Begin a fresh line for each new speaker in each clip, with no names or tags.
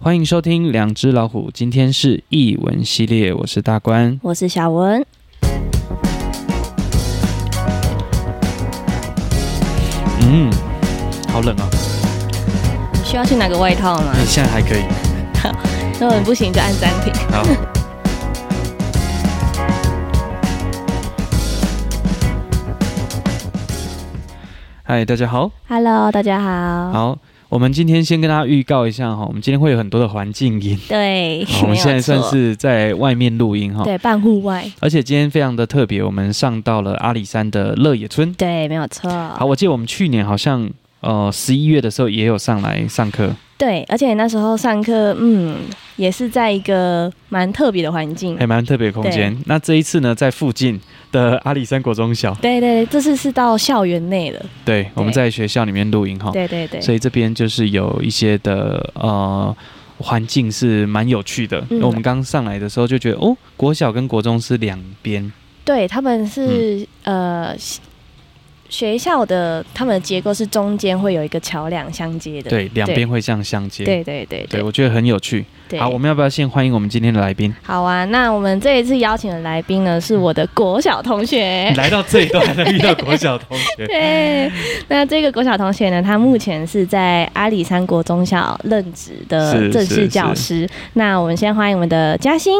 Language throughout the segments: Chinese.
欢迎收听《两只老虎》，今天是译文系列，我是大关。
我是小文。
嗯，好冷哦，
你需要去拿个外套吗
那？哎现在还可以。
如果你不行就按暂停。
好。嗨，大家好。
Hello，大家好。
好，我们今天先跟大家预告一下哈，我们今天会有很多的环境音。哦
对，
好我们现在算
没有错
是在外面录音哈，
对半户外。
而且今天非常的特别，我们上到了阿里山的乐野村。
对，没有错。
好，我记得我们去年好像呃十一月的时候也有上来上课，
对，而且那时候上课，嗯，也是在一个蛮特别的环境。
还蛮特别的空间。那这一次呢，在附近的阿里山国中小，
对对对，这次是到校园内了。
对，我们在学校里面录音哈，
对对对，
所以这边就是有一些的呃。环境是蛮有趣的，
嗯
我们刚上来的时候就觉得，哦，国小跟国中是两边，
对他们是、
嗯
呃学学校的，他们的结构是中间会有一个桥梁相接的。
对，两边会这样相接，
对对对
对，
对
我觉得很有趣。
对。
好，我们要不要先欢迎我们今天的来宾？
好啊，那我们这一次邀请的来宾呢，是我的国小同 学。
来到这一段的遇到国小同 学，
对，那这个国小同学呢，他目前是在阿里山国中小任职的
是
正式
是
教师。那我们先欢迎我们的嘉欣。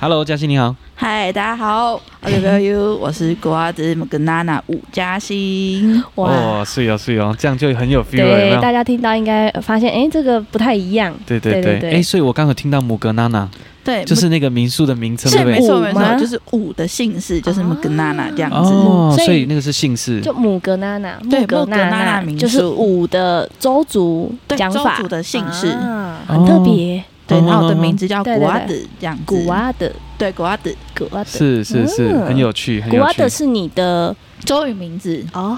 ，Hello，嘉欣你好，
嗨，大家好，我是 Biu Biu，我是国阿子跟娜娜五嘉欣。
哇，
哦，是哦是哦，这样就很有 feel 了，有没
对，
有
大？家听到应该发现，哎、这个不太一样。
对对
对
对，
对
哎，所以我刚有听到母格娜娜，
对，
就是那个民宿的名称，
是
对不
没
对？
错
五
没
吗
错，就是五的姓氏就是
哦
跟娜娜这样子。
哦，
所以
所以那个是姓氏，
就母格娜娜，
对
母格
母格娜
娜
娜
娜
民
就是
宿
五的周族
对，
讲
周
法
族的姓氏，
啊很特别。
对，然后我的
哦
名字叫国阿子这样子。
古，阿的
对，国阿子，
古阿的
是是是，
嗯
很有趣，很
古
有
阿
趣
的。是你的
周语名字。
哦，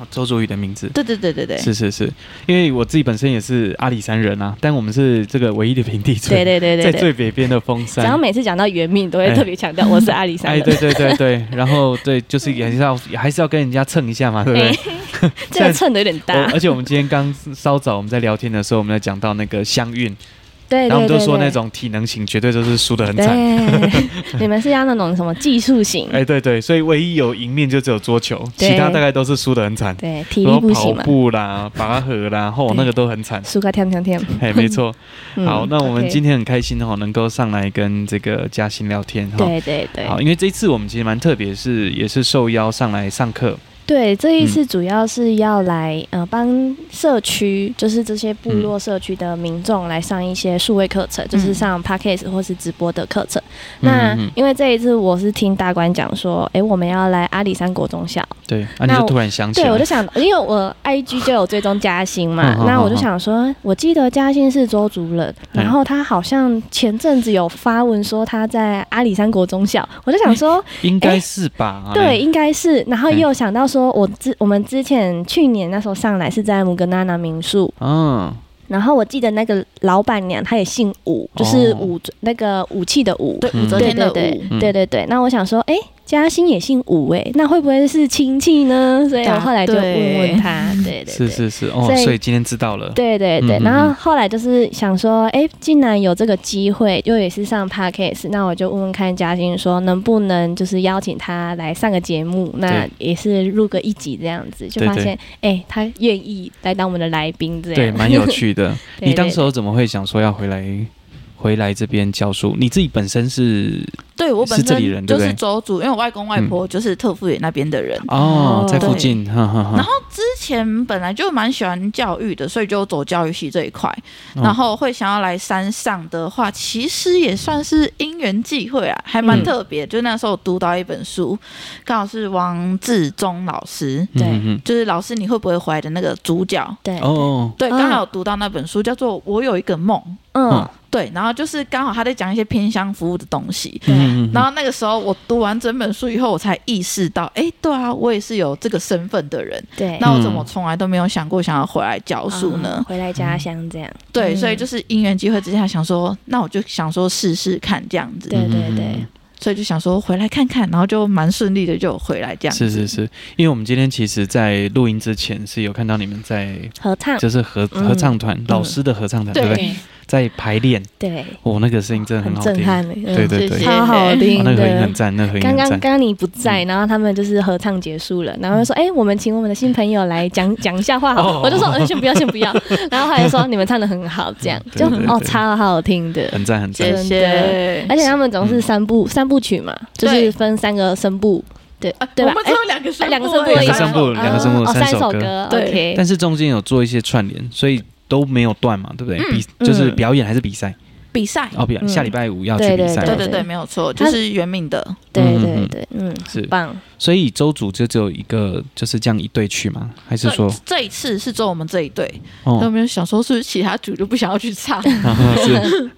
哦周祖宇的名字。
对对对对对，
是是是，因为我自己本身也是阿里山人啊，但我们是这个唯一的平地村，
对对对对
在
对。
最北边的峰
只要
山。
每次讲到原命，都会
哎
特别强调我是阿里山
哎，
人。
对对对对，然后对，就是也是要还是要跟人家蹭一下嘛，对不
哎
对？
这个蹭的有点
我
大。
而且我们今天刚稍早我们在聊天的时候，我们在讲到那个相运，
对对对
然后我们就说
对
那种体能型绝对就是输得很惨。
对， 你们是要那种什么技术型？
哎，对对，所以唯一有赢面就只有桌球，
对
其他大概都是输得很惨。
对，体
然
力
后
不
跑
行嘛，
步啦、拔河 啦，吼，
对
那个都很惨。
输个跳跳跳。
哎，没错。
嗯
好，那我们
OK
今天很开心哦，能够上来跟这个嘉欣聊天哈。
对对对
好，因为这一次我们其实蛮特别，是也是受邀上来上课。
对，这一
嗯
次主要是要来呃帮社区，就是这些部落社区的民众来上一些数位课程，就是上 podcast 或是直播的课程。那
嗯嗯嗯嗯
因为这一次我是听大官讲说，哎，我们要来阿里山国中小。
对，啊，你
那
就
我
突然想起
对，
来
我就，想，因为我 IG 就有追踪嘉兴
嗯
嘛
好，
那
好
我就
好
想说，我记得嘉兴是周族人，
嗯
然后他好像前阵子有发文说他在阿里山国中小，我就想说，
应该是吧？
哎对，，应该是，然后
嗯
也有想到说，我之我们之前去年那时候上来是在姆格纳纳民宿，
嗯，
然后我记得那个老板娘她也姓武，就是
哦
武那个武器的武，
对，
嗯
武则天的
对对
武。
嗯
对对对，那我想说，哎、嘉欣也姓武，哎，那会不会是亲戚呢？所以我
答
后来就问问他，对对对，
是是是，哦
所，以
所以今天知道了。
对对对。
嗯嗯嗯
然后后来就是想说，哎、既然有这个机会，就也是上 podcast，那我就问问看嘉欣说能不能就是邀请他来上个节目，那也是录个一集这样子，就
对
发
对
现，哎、他愿意来当我们的来宾这样，
对，蛮有趣 的。
对
你当时候怎么会想说要回来回来这边教书？你自己本身是
对我
是
本
这里人
身
对
就
不对嗯
是周族，因为我外公外婆就是特富野那边的人。
哦
哦，
在附近，哈哈哈。
然后之前本来就蛮喜欢教育的，所以就走教育系这一块。
哦
然后会想要来山上的话，其实也算是因缘际会啊，还蛮
嗯
特别。就那时候读到一本书，刚好是王志忠老师，
嗯
对
嗯
就是老师你会不会怀的那个主角。
对，
嗯哦，
嗯
对，刚好有读到那本书叫做《我有一个梦》。
嗯
哦，
对，然后就是刚好他在讲一些偏乡服务的东西。
对
嗯嗯
然后那个时候我读完整本书以后，我才意识到，哎，对啊，我也是有这个身份的人。
对，
那我怎
嗯
么从来都没有想过想要回来教书呢？
啊回来家乡这样，
对，
嗯
所以就是因缘机会之下，想说，那我就想说试试看这样子，
对
嗯
对
嗯
对，
所以就想说回来看看，然后就蛮顺利的就回来这样子。
是是是，因为我们今天其实，在录音之前是有看到你们在
合唱，
就是合
嗯
合唱团老师的合唱团，对不对？
对
在排练，
对，
哦，那个声音真的
很
好
震
听，
撼，嗯
对对
谢
对，
谢
哦
超好听
那个很
的
很。赞，那个很
刚
很
刚刚
赞。
刚你不
嗯
在，然后他们就是合唱结束了，然后就说：“哎、我们请我们的新朋友来讲讲一下话好了。
哦
我就说：“呃先不要，先不 要。”然后后来就说：“你们唱的很好，这样
对
就
对对嗯
哦，
对
超好听的。”
很赞很赞
真，
谢
的
谢。
而且他们总
嗯
是三部、三部曲嘛，就是
对
分三个声部，对
啊
对吧
我们？只有两个声
哎
部，
两个声部
哎
而已
两个
吗，
声部两个声部
哦，
三
三
首
首
歌
歌
对
，OK，
但是中间有做一些串联，所以都没有断嘛，对不对？
嗯
比就是
嗯
表演还是比赛
比赛。
哦，比
嗯
下礼拜五要
对
去比
对
赛
对
嘛，
对对，没有错，就
他
是原命的。
对
嗯
对
嗯
对，嗯，
是
棒，
所以周组就只有一个，就是这样一队去吗？还是说
对，这一次是走我们这一队，那我
哦，
们就想说，是不是其他组就不想要 去唱？
是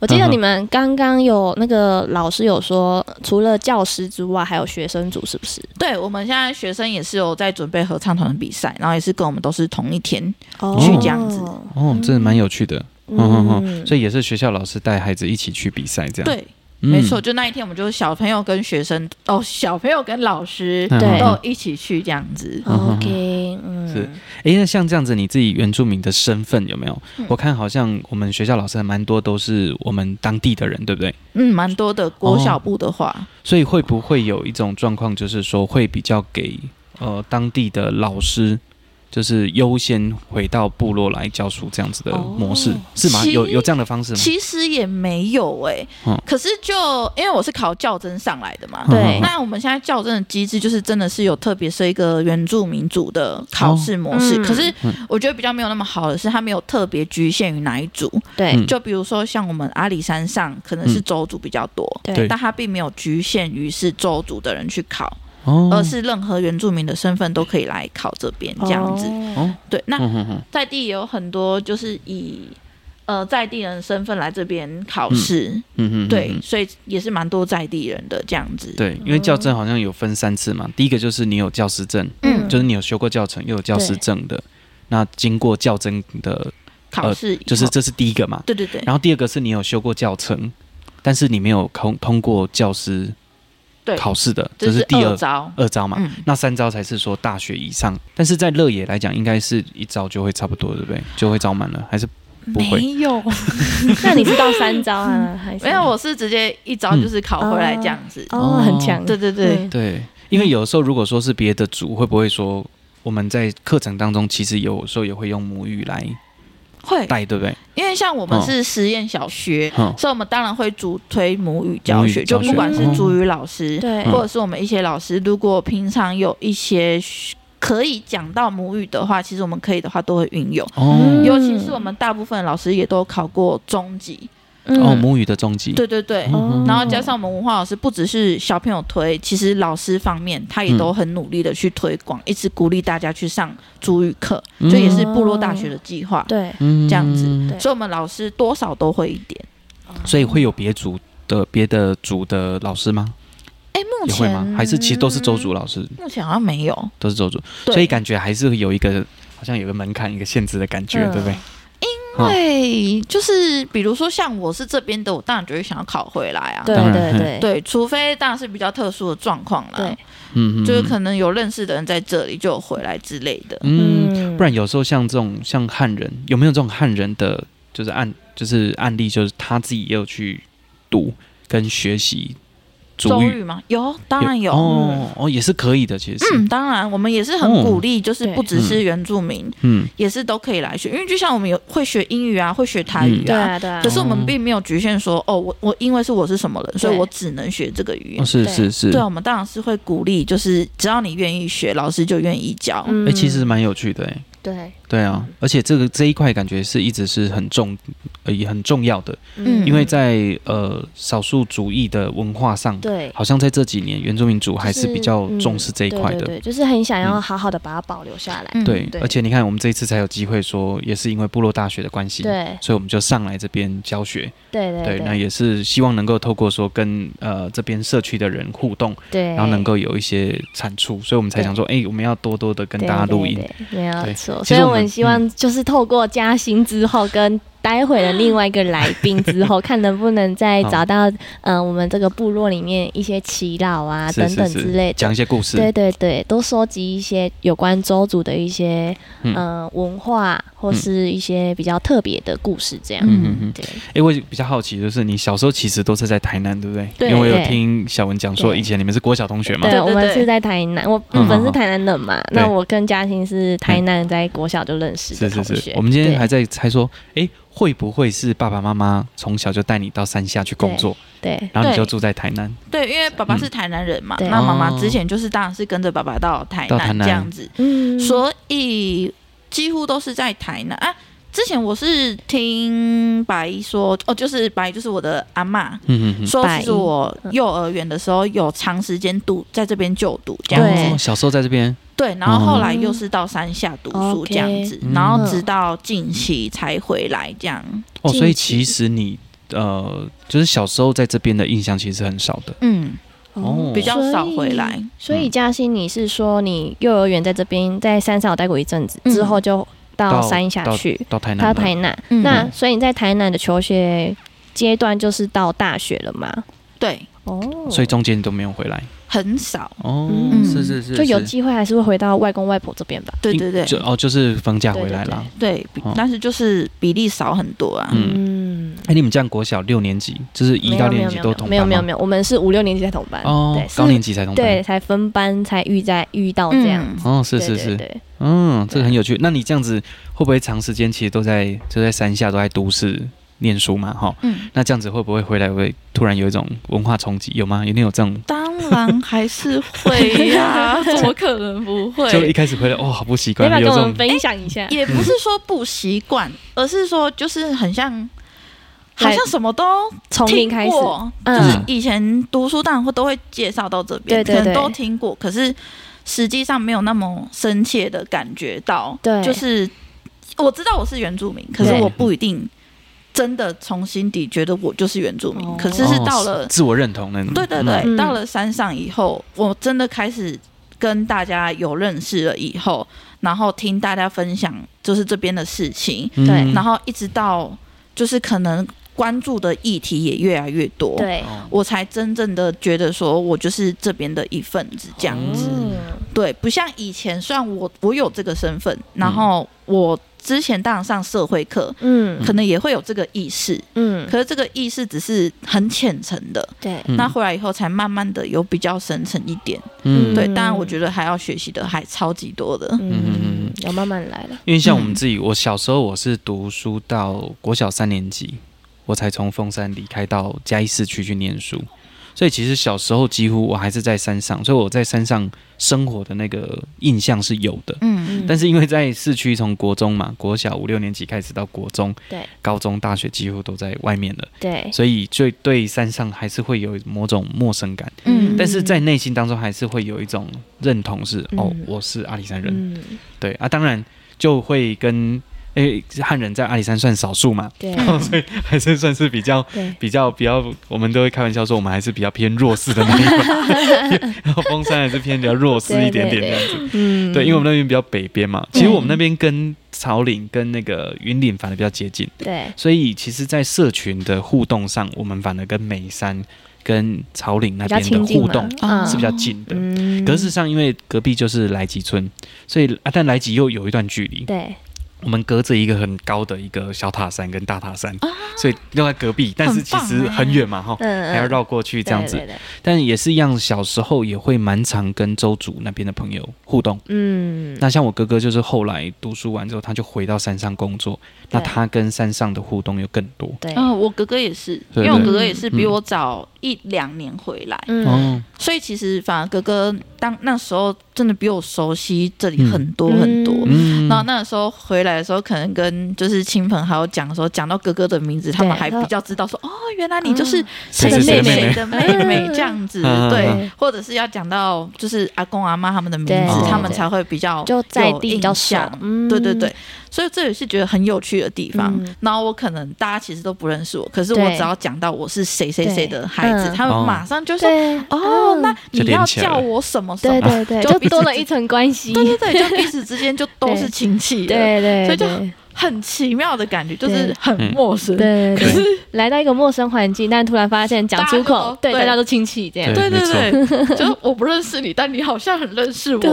我记得你们刚刚有那个老师有说，除了教师之外，还有学生组，是不是？
对，我们现在学生也是有在准备合唱团的比赛，然后也是跟我们都是同一天。
哦
去
这样子
哦，真的蛮有趣的，嗯嗯嗯，
嗯，
所以也是学校老师带孩子一起去比赛这样，
对，
嗯，
没错，就那一天我们就是小朋友跟学生，哦，小朋友跟老师
嗯，
对
都
嗯
一起去这样子。
OK，嗯，
是诶，那像这样子，你自己原住民的身份有没有？
嗯
我看好像我们学校老师还蛮多都是我们当地的人，对不对？
嗯，蛮多的。国小部的话，
所以会不会有一种状况，就是说会比较给呃当地的老师，就是优先回到部落来教书这样子的模式、
哦
是吗？
其
有有这样的方式吗？
其实也没有哎、
嗯
可是就因为我是考教甄上来的嘛。
嗯
对
那我们现在校正的机制就是真的是有特别设一个原住民族的考试模式，
哦嗯
可是
嗯
我觉得比较没有那么好的是，它没有特别局限于哪一组。
对
嗯
就比如说像我们阿里山上可能是州族比较多，
对
对
但它并没有局限于是州族的人去考，
哦
而是任何原住民的身份都可以来考这边这样子。
哦
哦，
对，那
嗯哼哼，
在地也有很多就是以呃在地人身份来这边考试，
嗯哼，
对，
嗯哼
所以也是蛮多在地人的这样子。，
对，呃因为教证好像有分三次嘛，第一个就是你有教师证，
嗯
就是你有修过教程又有教师证的，那经过教证的，
考试以后、
就是这是第一个嘛。
对对对
然后第二个是你有修过教程，但是你没有通通过教师
对，
考试的，
这
这是第二
二招。
二招嘛，
嗯
那三招才是说大学以上，但是在乐野来讲，应该是一招就会差不多，对不对？就会招满了，还是
嗯
不会
没有，
那你是到三招啊？还是
没有，我是直接一招
嗯
就是考回来这样子。
哦，很强，
对对对，
嗯
对？因为有时候如果说是别的组，会不会说我们在课程当中其实有时候也会用母语来
会，
带，对不对？
因为像我们是实验小学，
嗯
所以我们当然会主推母语教
母
学，
语教
就
学哦
不管是主语老师，
嗯
对，
或者是我们一些老师，如果平常有一些可以讲到母语的话，其实我们可以的话都会运用。
哦
嗯
尤其是我们大部分老师也都考过中级，
哦，
嗯
母语的终极，
对对对。
嗯
哦
然后加上我们文化老师，不只是小朋友推，其实老师方面他也都很努力的去推广，一直鼓励大家去上主语课，
嗯
就也是部落大学的计划。
对，
嗯
这样子
对
所以我们老师多少都会一点。
所以会有别组的别的组的老师吗？
哎，目
也会
前
吗？还是其实都是周组老师，
目前好像没有，
都是周组，
对
所以感觉还是有一个好像有个门槛、一个限制的感觉，
嗯
对不对？哦
对，就是比如说像我是这边的，我当然就会想要考回来啊。
对
当
对
然
对
对除非当然是比较特殊的状况啦
对，
嗯，嗯
就是
嗯
可能有认识的人在这里就有回来之类的。
嗯，
嗯
不然有时候像这种像汉人，有没有这种汉人的，就是案就是案例，就是他自己也有去读跟学习
周
主语，
吗？有，当然有。
哦哦，也是可以的，其实，
嗯，当然，我们也是很鼓励，就是
对
不只是原住民，
嗯
也是都可以来学，因为就像我们有会学英语啊，会学台
嗯
语
对
啊，
啊对啊
可，是我们并没有局限说，哦，我我因为是我是什么人，所以
对
我只能学这个语言
哦，。是
对
是是，
对啊，我们当然是会鼓励，就是只要你愿意学，老师就愿意教。
哎、
嗯
其实蛮有趣的，哎，
对，
对啊，而且这个这一块感觉是一直是很重，呃，也很重要的，
嗯
因为在呃少数族裔的文化上，
对
好像在这几年原住民族还是比较
就是嗯
重视这一块
对
的，
对对，就是很想要
嗯
好好的把它保留下来。
嗯
对，
对
而且你看，我们这一次才有机会说，也是因为部落大学的关系，
对
所以我们就上来这边教学。
对对
对，那也是希望能够透过说跟呃这边社区的人互动，
对，
然后能够有一些产出，所以我们才想说，哎、我们要多多的跟
对
大家录
对
音。
对没有错。
其实
所以
我嗯
我
们
们希望就是透过加薪之后跟待会的另外一个来宾之后，看能不能再找到嗯、呃我们这个部落里面一些祈祷啊
是
等
是
等之类
是，
的
讲。一些故事，
对对对，多收集一些有关周族的一些
嗯
嗯、呃文化，或是一些比较特别的故事，这样。
嗯嗯嗯。
对，
哎、我比较好奇，就是你小时候其实都是在台南，对不对？
对
因为我有
对
听小文讲说，
对
以前你们是国小同学嘛。
对
对，我们是在台南，我
嗯
本是台南人嘛，
对
那我跟嘉欣是台南，在国小就认识
是
的同
是
学
是。。我们今天
对
还在猜说，哎、会不会是爸爸妈妈从小就带你到山下去工作，
对
然后你就
对
住在台南？
对，因为爸爸
嗯
是台南人嘛，
对
那妈妈
哦
之前就是当然是跟着爸爸到台
到台
南
南
这样子，
嗯，
所以几乎都是在台南啊。之前我是听白姨说，哦，就是白姨就是我的阿妈
嗯嗯嗯。
说，
白
其
姨
实我幼儿园的时候有长时间读在这边就读这样
对
哦
子，
小时候在这边，
对，然后后来又是到山下读
嗯
书这样子
OK，，
然后直到近期才回来这样，
哦，
近
所以其
期
实你呃，就是小时候在这边的印象其实很少的。
嗯，
哦
比较少回来。
所以。所以嘉欣，你是说你幼儿园在这边，在山上有待过一阵子，
嗯
之后就到
到
山下去，
到台南
到
了，
台南。
嗯
那所以你在台南的求学阶段就是到大学了嘛？
对，
哦，
所以中间你都没有回来。
很少，
哦，
嗯
是是是，
就有
是
机会还是会回到外公外婆这边吧？
对对对
就哦，就是放假回来
对对
啦
对。
对比
哦，
但是就是比例少很多啊，
嗯
嗯，
哎、你们这样国小六年级，就是一
没
到
有
六年
没有
级
没
都
有
同班
没有没有
吗
没有，我们是五六年级才同班，
哦
对，，
高
是
年级才同班。
对，才分班才遇在遇到这样子。
哦，是是
对
是，
对对
嗯，这
对
个很有趣。那你这样子会不会长时间其实都在就在山下都在都市念书嘛？哈，
嗯，
那这样子会不会回来会突然有一种文化冲击？有吗？有没有这种？
当然 还是会呀、怎么可能不
就一
会？
开始回来哦，好不习
要
惯
不，要
有
跟
这
我们
种
分享一下？
也不是说不习惯，而是说就是很像，好像什么都
从零
听
开始，
过，
嗯
就是以前读书当然会都会介绍到这边，
对对
可
对
能都听过，可是实际上没有那么深切的感觉到，
对
就是我知道我是原住民，可是
对
我不一定真的从心底觉得我就是原住民
哦，
可是是到了。
哦自我认同那种。
对对对，
嗯
嗯
到了山上以后，我真的开始跟大家有认识了以后，然后听大家分享就是这边的事情，
对
嗯
然后一直到就是可能关注的议题也越来越多，
对，
哦
我才真正的觉得说我就是这边的一份子这样
哦
子。
嗯
对，不像以前，虽然我我有这个身份，然后我之前当然上社会课，
嗯
可能也会有这个意识，
嗯，
可是这个意识只是很浅层的，
对，
嗯
那回来以后才慢慢的有比较深层一点。
嗯
嗯
对，当然我觉得还要学习的还超级多的。
嗯
嗯，要慢慢来了。
因为像我们
嗯
自己，我小时候我是读书到国小三年级，我才从凤山离开到嘉义市区去念书，所以其实小时候几乎我还是在山上，所以我在山上生活的那个印象是有的。
嗯，
但是因为在市区，从国中嘛，国小五六年级开始到国中，
对，
高中、大学几乎都在外面了，
对，
所以就对山上还是会有某种陌生感，
嗯
但是在内心当中还是会有一种认同是，哦
嗯，
我是阿里山人，
嗯，
对啊，当然就会跟诶汉人在阿里山算少数嘛，
对
所以还是算是比较
对，
比较比较，我们都会开玩笑说我们还是比较偏弱势的那一方， 然后峰山还是偏比较弱势一点点这样子。
嗯
对，因为我们那边比较北边嘛，其实
嗯
我们那边跟草岭跟那个云岭反而比较接近，
对
所以其实，在社群的互动上，我们反而跟眉山跟草岭那
比较
边的
亲近
互
嘛
动
嗯
是比较近的。
嗯，
可是事实上，因为隔壁就是来吉村，所以啊，但来吉又有一段距离，
对
我们隔着一个很高的一个小塔山跟大塔
啊
山，所以都在隔壁，但是其实很远嘛，哈、
嗯，
还要绕过去这样子。
对，对对
但也是一样，小时候也会蛮常跟周族那边的朋友互动。
嗯，
那像我哥哥，就是后来读书完之后，他就回到山上工作，那
对
他跟山上的互动又更多。
对，
嗯，我哥哥也是，因
对
为我
对
哥哥也是比
嗯
我早一两年回来，
嗯，
哦，
所以其实反而哥哥当那时候真的比我熟悉这里很多
嗯
很多。
嗯
然后那时候回来的时候，可能跟就是亲朋好友讲说，讲到哥哥的名字，他们
对
还
然后
比较知道说，哦，原来你就是
啊
谁
的
谁谁
妹
的妹妹
谁的妹妹这样子，
嗯
对
嗯，
或者是要讲到就是阿公阿妈他们的名
对
字，
对
他们
对
才会比较
就在地比较熟
有印象，
嗯，
对对对，所以这也是觉得很有趣的地方。
嗯
然后我可能大家其实都不认识我，可是
对
我只要讲到我是谁谁谁的孩子，
嗯
他
哦
们马上就说：“
对，
哦，
嗯
那你
就连
要
起来
叫
了
我什么什
对
么？”
对对，
就
就
彼此
多了
之
一层关系，
对对对，就彼此之间就都是
对
亲戚了。
对对，
所以就
对
很奇妙的感觉，就是
对
很陌生。
对对
可是
对，来到一个陌生环境，但突然发现讲出口，
大家都
对
对
大家都亲戚这样，
对
对
对对，就是我不认识你，但你好像很 认
啊
识我。
对，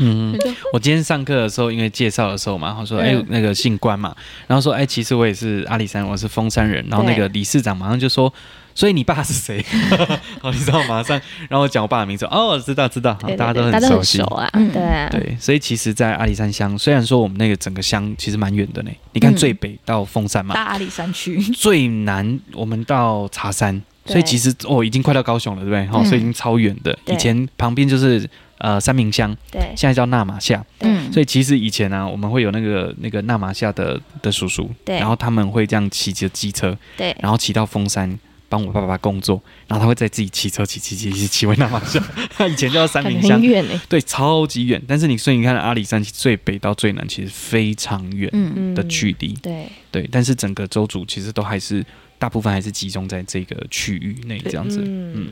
嗯，我今天上课的时候，因为介绍的时候嘛，然后说，哎、
嗯
那个姓关嘛，然后说，哎、其实我也是阿里山，我是峰山人。然后那个理事长马上就说，所以你爸是谁？ 好，你知道马上，然后我讲我爸的名字，哦，知道知道，好
对对对
大家都
大
很
家都
熟
很
悉。
熟啊，
嗯
对啊，
对，所以其实，在阿里山乡，虽然说我们那个整个乡其实蛮远的呢，你看
嗯
最北到峰山
嗯
嘛，
大阿里山区，
最南我们到茶山，
对
所以其实哦，已经快到高雄了，对不对？哦，
嗯
所以已经超远的。
对
以前旁边就是呃三明乡，
对
现在叫纳马夏。
嗯
所以其实以前呢、啊，我们会有那个那个纳马夏的的叔叔，
对
然后他们会这样骑着机车，
对
然后骑到峰山帮我爸爸工作，然后他会再自己骑车骑骑骑骑骑回纳马夏，他以前叫三
感
明
觉很
乡，
远哎，
对，超级远。但是你所以你看阿里山最北到最南其实非常远
嗯，
的距离，
对
对，但是整个州主其实都还是大部分还是集中在这个区域内这样子。嗯，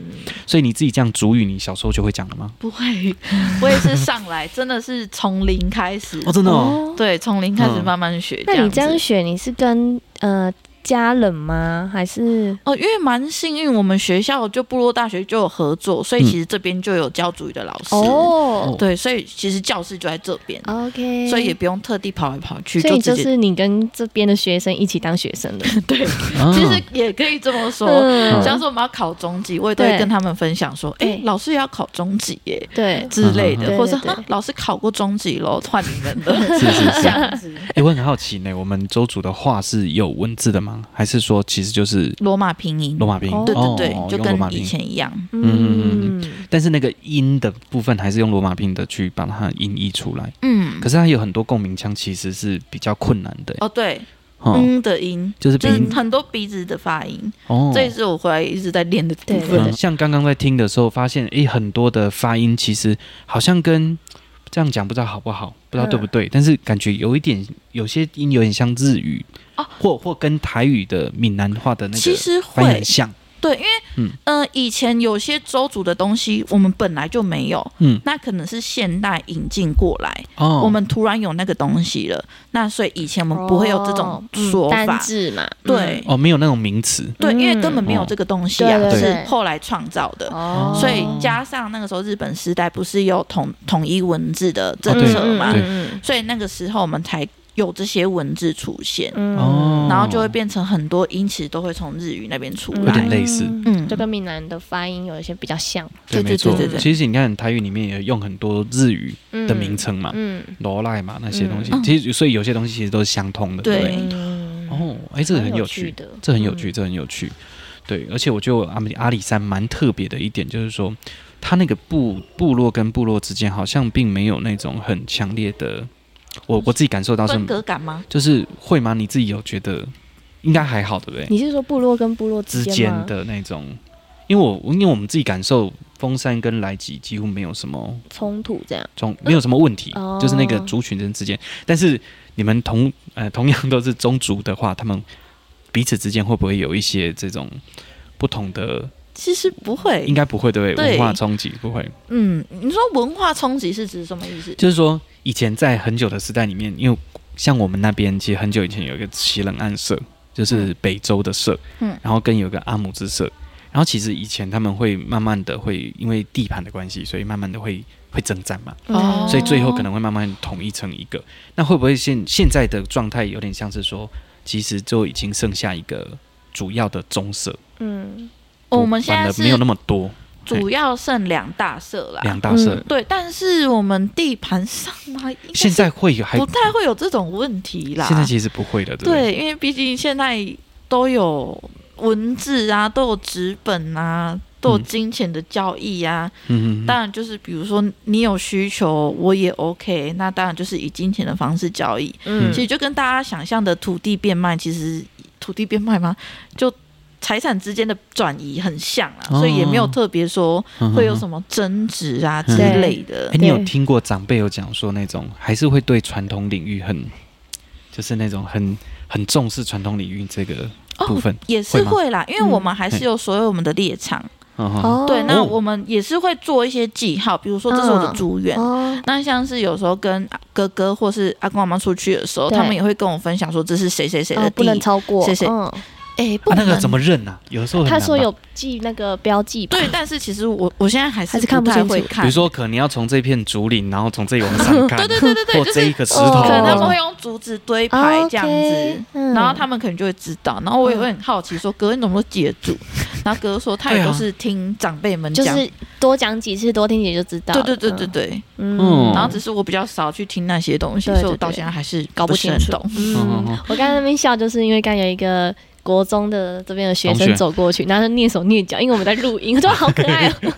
所以你自己这样主语，你小时候就会讲了吗？
不会，我也是上来，真的是从零开始，
哦，真的哦，
哦，
对，从零开始
嗯
慢慢学。
那你这样
子
选，你是跟呃家人吗？还是
哦，因为蛮幸运，我们学校就部落大学就有合作，所以其实这边就有教主语的老师。
嗯哦
对，所以其实教室就在这边，
，OK，
所以也不用特地跑来跑去，
哦所以就
直接
是你跟这边的学生一起当学生 的，
对，
啊
其实也可以这么说。
嗯，
像是我们要考中级，我也都会
对
跟他们分享说，哎、
对
老师也要考中级耶
对
之类的，
嗯嗯嗯
或者
对对对
啊老师考过中级咯，换你们了，
是是是
这样子。
哎、我很好奇呢，我们州主的话是有文字的吗？还是说其实就是
罗马拼音，
罗马拼音？
哦
对对对，
哦、
就
用罗马
跟
拼
以
音。
前一样。
嗯
嗯，
但是那个音的部分还是用罗马拼音的去把它音译出来。
嗯
可，是它有很多共鸣腔，其实是比较困难的。
哦对，
哦，
嗯的音，
就是鼻
就
音
是很多鼻子的发音，
哦，
这也是我回来一直在练的部
对
分
嗯，。像刚刚在听的时候，发现诶，很多的发音其实好像跟这样讲不知道好不好，不知道对
嗯
不对，但是感觉有一点，有些音有点像日语
哦
或或跟台语的闽南话的那
其
个
实
翻译
会
很，像。
对，因为
嗯
嗯、呃，以前有些州族的东西我们本来就没有，
嗯，
那可能是现代引进过来，
哦，
我们突然有那个东西了，那所以以前我们不会有这种说
哦嗯单
法，
字嘛，嗯
对、
哦没有那种名词。
对，因为根
嗯
本没有这个东西啊，
对
对
是
对
后来创造的。
哦，
所以加上那个时候日本时代不是有统统一文字的政
啊对
策嘛，
对
哦嗯
所以那个时候我们才有这些文字出现，
嗯
哦
然后就会变成很多音其实都会从日语那边出
有点
来。
类似
嗯
就跟闽南的发音有一些比较像
对，
对
没错
对对对。对
其实你看台语里面也用很多日语的名，称嘛，
嗯嗯
罗赖嘛那些东西，
嗯
其实所以有些东西其实都是相通的，对不
对
对？
嗯
哦，哎，这个
蛮
很
有
有趣，
的，
这很有趣，
嗯，
这很有趣。对，而且我觉得阿里阿里山蛮特别的一点，就是说它那个部部落跟部落之间好像并没有那种很强烈的，我我自己感受到是
分，隔感吗？
就是会吗？你自己有觉得应该还好，对不对？
你是说部落跟部落
之
间
间
吗？
的那种，因为我因为我们自己感受，峰山跟莱吉几乎没有什么
冲突这样，
中没有什么问题，
哦
就是那个族群人之间。但是你们同呃同样都是宗族的话，他们彼此之间会不会有一些这种不同的？
其实不会
应，该不会对不对？
对
文化冲击不会，
嗯，你说文化冲击是指什么意思？
就是说以前在很久的时代里面，因为像我们那边其实很久以前有一个奇人暗社，就是北周的社，
嗯
然后跟有一个阿姆之社。然后其实以前他们会慢慢的会因为地盘的关系，所以慢慢的会会征战嘛。
嗯
哦
所以最后可能会慢慢统一成一个。那会不会现现在的状态有点像是说，其实就已经剩下一个主要的棕色，
嗯
哦我们现
反
在
而没有
是
那么多
主要剩两大社啦
两，大色。
嗯
对，但是我们地盘上嘛，应该
现在会有还
不太会有这种问题啦。
现在其实不会了，对不对？
对，因为毕竟现在都有文字啊，都有纸本啊，都有
嗯
金钱的交易啊。
嗯，
当然，就是比如说你有需求，我也 OK。那当然就是以金钱的方式交易。
嗯
其实就跟大家想象的土地变卖，其实土地变卖吗？就财产之间的转移很像啊，
哦嗯
所以也没有特别说
然
会有什么争执啊之
对
类的
哎，。你有
对
听过长辈有讲说那种，还是会对传统领域很，就是那种很很重视传统领域这个
哦
部分
也是
会吗
会啦，因为我们还是有所有我们的猎场，
嗯哼
哦，
对，那
哦
我们也是会做一些记号，比如说这是我的住院。
哦，
那像是有时候跟哥哥或是阿公阿妈出去的时候，
对
他们也会跟我分享说这是谁谁谁的
哦不
地，
能超过，
谢谢
嗯，
哎、不
啊，那
能、
个怎么认啊？有时候很
他
难
说
吧，
有记那个标记吧，
对，但是其实我我现在
还
还是
是看
不
不
太
清楚
会
比
看，
如说可能要从这片竹林，然后从这里往 上看，
对对对对对，
或
就是
这一个石
哦
头，
可能他们会
哦
用竹子堆
哦
牌这样
OK，
子。
嗯
然后他们可能就会知道，然后我也会很好奇说，哥你怎么都记得 住？然后哥哥说他也
对啊
都是听长辈们
就
讲，
是多讲几次，多听几次就知道
对
了。
对对对对，
嗯，
嗯
嗯，
然后只是我比较少去听那些东西，
对
所
对
以我到现在还是
搞
不
不
是
清
很
楚
懂。
嗯嗯嗯
嗯，我刚才那边笑，就是因为刚有一个国中的这边的学
同学
生走过去，然后就蹑手蹑脚，因为我们在录音，我说好可爱哦，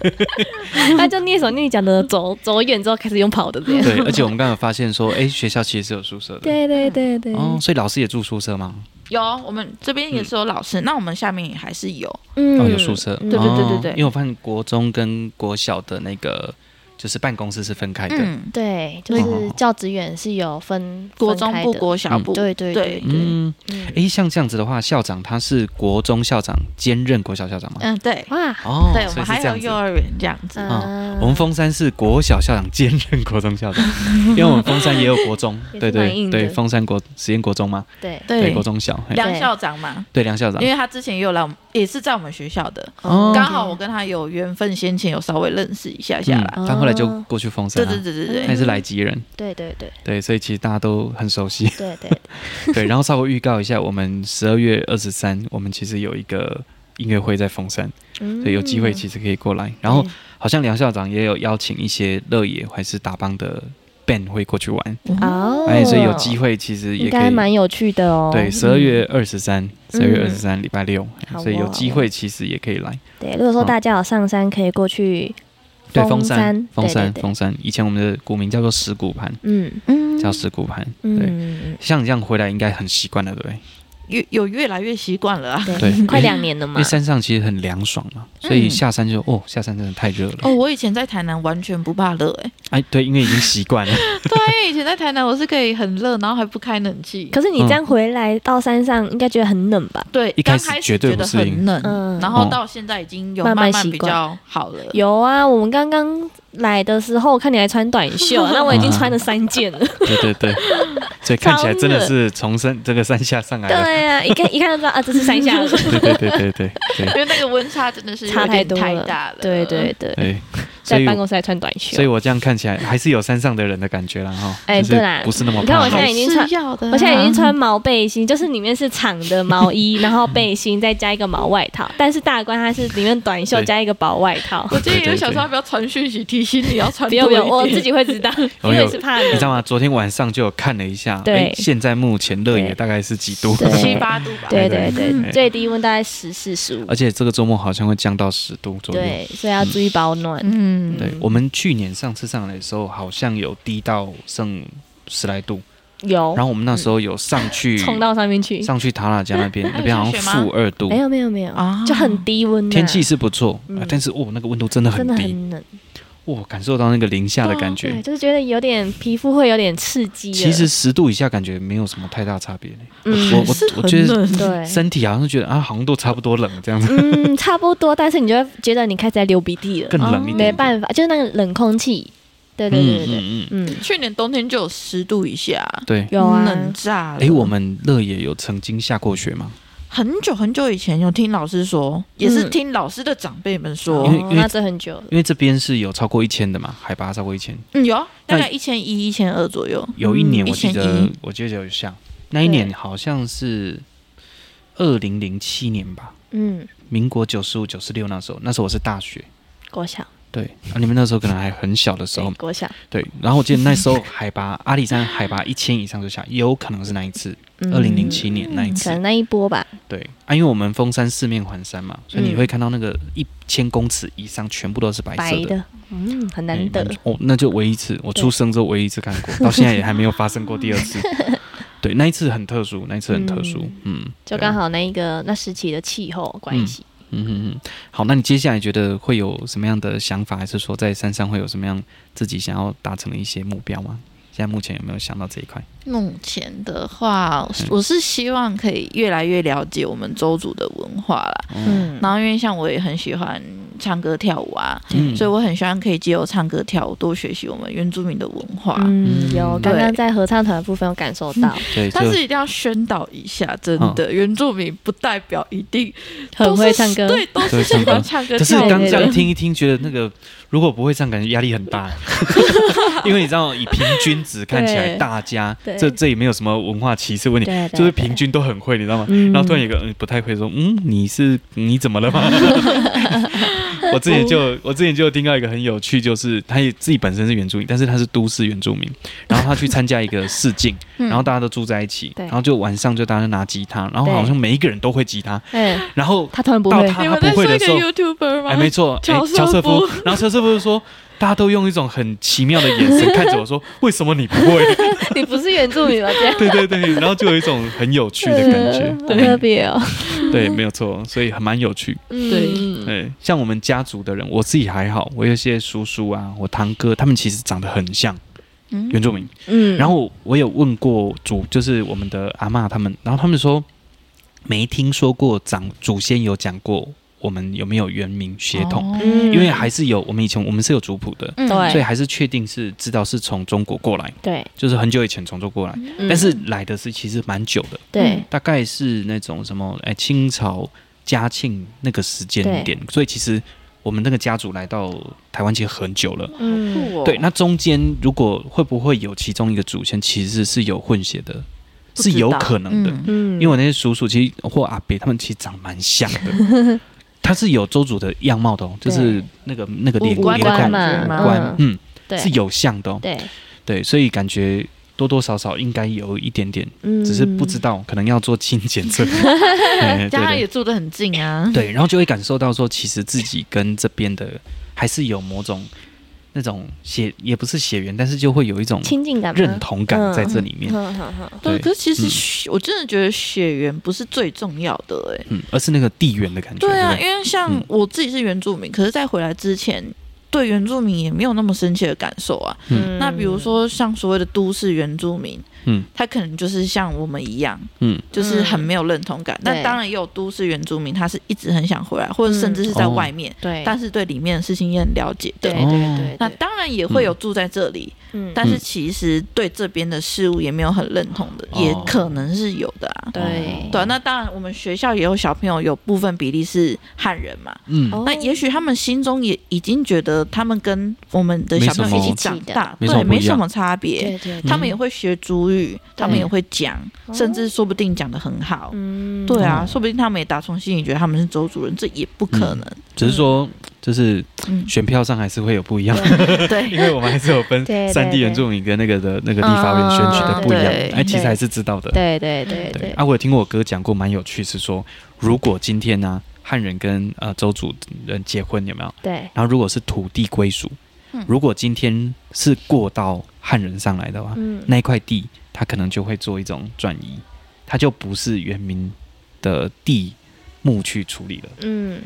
他就蹑手蹑脚的走走远之后开始用跑的这样。
对，而且我们刚刚有发现说，哎，学校其实是有宿舍的，
对对对对，
哦，所以老师也住宿舍吗？
有，我们这边也是有老师，那我们下面也还是有。
嗯
哦，有宿舍，
嗯
对对对对
哦
对
因为我发现国中跟国小的那个就是办公室是分开的，
嗯，
对，就
哦
是教职员是有分
国中部、
分开的
国小部，
对对
对
对对，
嗯，
嗯
诶，像这样子的话，校长他是国中校长兼任国小校长吗？
嗯对，
哇，
哦，
对，我
所
们
以是
还
这
有
样子
幼。儿园这样子。
啊
我们峰山是国小校长兼任国中校长，因为我们峰山也有国 中，
也是
对
蛮
对
硬的
对，峰山国实验国中嘛，
对
对
对
国，中小，嘿
梁校长嘛，
对梁校长
因，为他之前也有来我们，也是在我们学校的，
哦
刚好我跟他有缘分，先前有稍微认识一下下啦。
嗯他后来就过去峰山
对对
了，
对对
他也
对，
是来吉人，
对对对
对，所以其实大家都很熟 悉。
对对，
对，然后稍微预告一下，我们十二月二十三，我们其实有一个音乐会在凤山，所
对
以有
嗯
机会其实可以过来。然后好像梁校长也有邀请一些乐野还是打帮的 band 会过去玩，
嗯
哦，
哎，所以有机会其实也
应
可
该
以。
蛮有趣的哦。
对，十二月二十三，十二月二
嗯
十三礼拜六，
好
所以有
哦
机会其实也可以来。
对，如果说大家有上山，可以过去
对，峰
峰
山，峰
对
山，
对对
峰山，以前我们的古名叫做石鼓盘，
嗯
嗯
叫石鼓盘。对，
嗯，
像你这样回来应该很习惯了，对不对？
越有越来越习惯了啊。
对，
对
快两年了
因
嘛
为。山上其实很凉爽嘛，所以
嗯
下山就哦，下山真的太热了。
哦，我以前在台南完全不怕热，哎，
哎，对，因为已经习惯了。
对啊，因为以前在台南我是可以很热，然后还不开冷气。
可是你这样回来到山上，应该觉得很冷吧？
对，
一
刚
开始
开
绝对
觉
不
得
适应
很冷，
嗯
然后
哦
到现在已经有
慢慢
慢
习
比
惯
较好了。
嗯
有啊，我们刚刚来的时候看你还穿短袖 啊，那我已经穿了三件了。
对对 对，所以看起来真的是从山这个山下上来了。
对啊，一看一看就知道啊，这是山 下的。
对对对对对 对
因为那个温差真的是有
差太
点
多
太
了
大了。
对对对，
对，哎所
在
以
办公
我
室还穿短袖
所以。我这样看起来还是有山上的人的感觉了哈。
哎
就是
对啦
不是那么
你看
怕
我现在
冷
已经穿
是要的啊
我现在已经 穿毛背心，就是里面是长的毛衣，然后背心再加一个毛外套，但是大关它是里面短袖
对
加一个薄外套。
我今天有
对对
想
对
说要不要传讯息提醒你要穿
不
多一
用
点。
不用，我自己 会知道，因为是怕
哦你知
冷。
道吗？昨天晚上就有看了一下，
对
哎现在目前热野
对
大概是几度？
对
七八度吧。
对对
对对
对，最低温大概十四十 五
而，且这个周末好像会降到十度左右。
对，所以要注意保暖。
嗯，
对，我们去年上次上来的时候，好像有低到剩十来度，
有
然后我们那时候有上去
哦 冲到上面去，
上去塔拉家那 边，那边好像负二度
没，有没有没有
啊，
就很低温啊，
天气是不错，
嗯
呃但是哦，那个温度真的很
真的
低，
很冷，
哇，感受到那个零下的感
对，啊
觉。
就是觉得有点皮肤会有点刺激了。
其实十度以下感觉没有什么太大差别呢，
嗯
我我
是
我觉
很
得
冷。
对，
身体好像是觉得啊，好像都差不多冷这样子，
嗯，差不多，但是你就会觉得你开始在流鼻涕了，
更冷一点。
哦没办法，就是那个冷空气。对对对对对，
嗯嗯嗯，
嗯，
去年冬天就有十度以下，
对。
有啊，
冷炸了。
哎，我们乐野有曾经下过雪吗？
很久很久以前有听老师说，也是
嗯
听老师的长辈们
因为
说，
哦那这很久了，
因为这边是有超过一千的嘛，海拔超过一千。
嗯，有
那
大概一千一、一千二左右。
有一
嗯
年我记得
1100，
我记得有下，那一年好像是二零零七年吧，
嗯，
民国九十五、九十六那时候，那时候我是大学，
国小，
对啊，你们那时候可能还很小的时
对
候，
国小，
对。然后我记得那时 候海拔阿里山海拔一千以上就下，也有可能是那一次，
嗯
二零零七年那一
可
次，
能那一波吧，
对啊，因为我们峰山四面环山嘛，所以你
嗯
会看到那个一千公尺以上全部都是白
白
色的。
的，嗯，很
哎
难得，
哦，那就唯一一次，我
对
出生之后唯一一次看过，到现在也还没有发生过第二 次。对，那一次很特殊，那一次很特殊，嗯，
就
对啊
刚，好那一个那时期的气候关系。
嗯嗯嗯。好，那你接下来觉得会有什么样的想法，还是说在山上会有什么样自己想要达成的一些目标吗？现在目前有没有想到这一块？
目前的话，我是希望可以越来越了解我们周族的文化啦。
哦
嗯，
然后因为像我也很喜欢唱歌跳舞啊，
嗯
所以我很希望可以借由唱歌跳舞多学习我们原住民的文化。
嗯
嗯，有
对
刚刚在合唱团的部分有感受到，
对，
但
就是
一定要宣导一下，真
嗯
的，原住民不代表一定
很
都是
会唱歌，
对，都
对
是喜
唱歌
欢唱歌
可是
跳舞
对
刚
对
这
对
样听一听，觉得那个如果不会唱，感觉压力很 大，因为你知道，以平均值看起来，
对
大家
对
这这也没有什么文化歧视问题，
对，对
就是平，均都很会，你知道吗？
嗯
然后突然有个嗯不太会说，嗯，你是你怎么 了吗？我之前就我之前就听到一个很有趣，就是他也自己本身是原住民，但是他是都市原住民，然后他去参加一个试镜，
嗯
然后大家都住在一起，
对
然后就晚上就大家拿吉他，然后好像每一个人都会吉他，
嗯，
然后
他突然不
到
会，
他
你
他
们在
不
说
会的
一个
时候，
YouTuber 吗？
哎，没错，哎
乔瑟
乔瑟夫
夫，
然后乔瑟夫就说，大家都用一种很奇妙的眼神看着我说， 为什么你不会？
你不是原住民吗？这样
对对对，然后就有一种很有趣的感觉，
好特别哦，
对，没有错，所以还蛮有趣。
嗯
嗯对，
对，像我们家族的人，我自己还好，我有一些叔叔啊，我堂哥，他们其实长得很像
嗯
原住民。
嗯
然后我有问过祖，就是我们的阿嬷他们，然后他们说没听说过长祖先有讲过我们有没有原名血统，
哦
嗯
因为还是有我们以前我们是有族谱的，
嗯
对
所以还是确定是知道是从中国过来，
对，
就是很久以前从中国过来，
嗯
但是来的是其实蛮久的，
对
大概是那种什么哎清朝嘉庆那个时间点，所以其实我们那个家族来到台湾其实很久了。
嗯，
酷哦
对，那中间如果会不会有其中一个祖先其实是有混血的，
不知
是
道
有可能的，
嗯
嗯，
因为我那些叔叔其实或阿伯他们其实长蛮像的， 他是有周主的样貌的哦，就是那个那个脸
五
脸
官
孔
嘛
五
五
官
嗯，
嗯，
对
是有像的哦，
对，
对，所以感觉多多少少应该有一点点
嗯
只是不知道，可能要做亲检测， 哎
加上也
对
住得很近啊
对，对，然后就会感受到说，其实自己跟这边的还是有某种那种血，也不是血缘，但是就会有一种
嗯亲近感吗嗯
认，同感在这里面，
哼哼哼
对，
对
可是其
嗯
实血我真的觉得血缘不是最重要的，哎，
嗯，而是那个地缘的感觉，
对啊，
不
因为像
嗯
我自己是原住民，可是在回来之前。对原住民也没有那么深切的感受啊。
嗯
那比如，说像所谓的都市原住民，
嗯
他可能就是像我们一样，
嗯，
就是很没有认同感。那
对
当然也有都市原住民，他是一直很想回来，或者甚至是在
嗯哦
外面，
对，
但是对里面的事情也很了解
对
的。
对
哦
对，
那
对
当然也会有住在这里，
嗯
但是其实对这边的事物也没有很认同的，
哦
也可能是有的啊。
对
对啊，那当然我们学校也有小朋友有部分比例是汉人嘛，
嗯，
哦
那也许他们心中也已经觉得他们跟我们的小朋友一起长大，
没什么
对，
没什么不一样
没什么差别。
对对，
嗯
他们也会学主语，他们也会讲，
哦
甚至说不定讲得很好。
嗯
对啊，
哦
说不定他们也打从心里觉得他们是周主任，这也不可能。
只是说就是
嗯，
选票上还是会有不一样，因
嗯
对，
为我们还是有分
对对
三地原住民跟那个的那个立法委员选举的不一样
嗯，
哎，其实
对
还是知道的，
对对对
对
对
啊，我有听过我哥讲过，蛮有趣，是说如果今天呢、汉人跟呃周族人结婚有没有？
对，
啊
然后如果是土地归属，
嗯
如果今天是过到汉人上来的话，
嗯，
那一块地他可能就会做一种转移，他就不是原民的地目去处理了，
嗯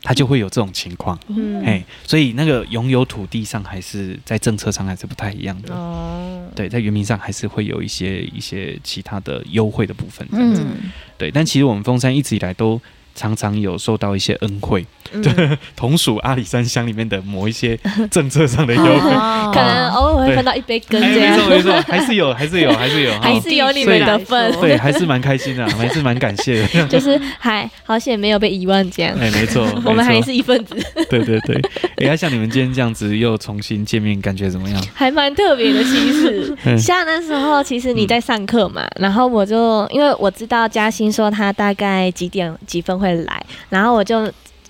他就会有这种情况。
哦
嗯
哎、所以那个拥有土地上还是在政策上还是不太一样
嗯
的。
哦，
对，在原民上还是会有一些一些其他的优惠的部分，这样子。
嗯，
对，但其实我们凤山一直以来都常常有受到一些恩惠，
嗯
同属阿里山乡里面的某一些 政策上的优惠。
哦
可能偶尔会分到一杯羹
哎，
这
没错没错，
样，
还是有，还是有，还是有，
还
哈
是有你们的份，
对，还是蛮开心的，啊还是蛮感谢 的。
就是还好险没有被遗忘这样，
哎，没错，
我们还
没错
是一份子，
对对对。哎，那像你们今天这样子又重新见面，感觉怎么样？
还蛮特别的，其实
嗯
像那时候，其实你在上课嘛，然后我就因为我知道嘉欣说他大概几点几分会来，然后我就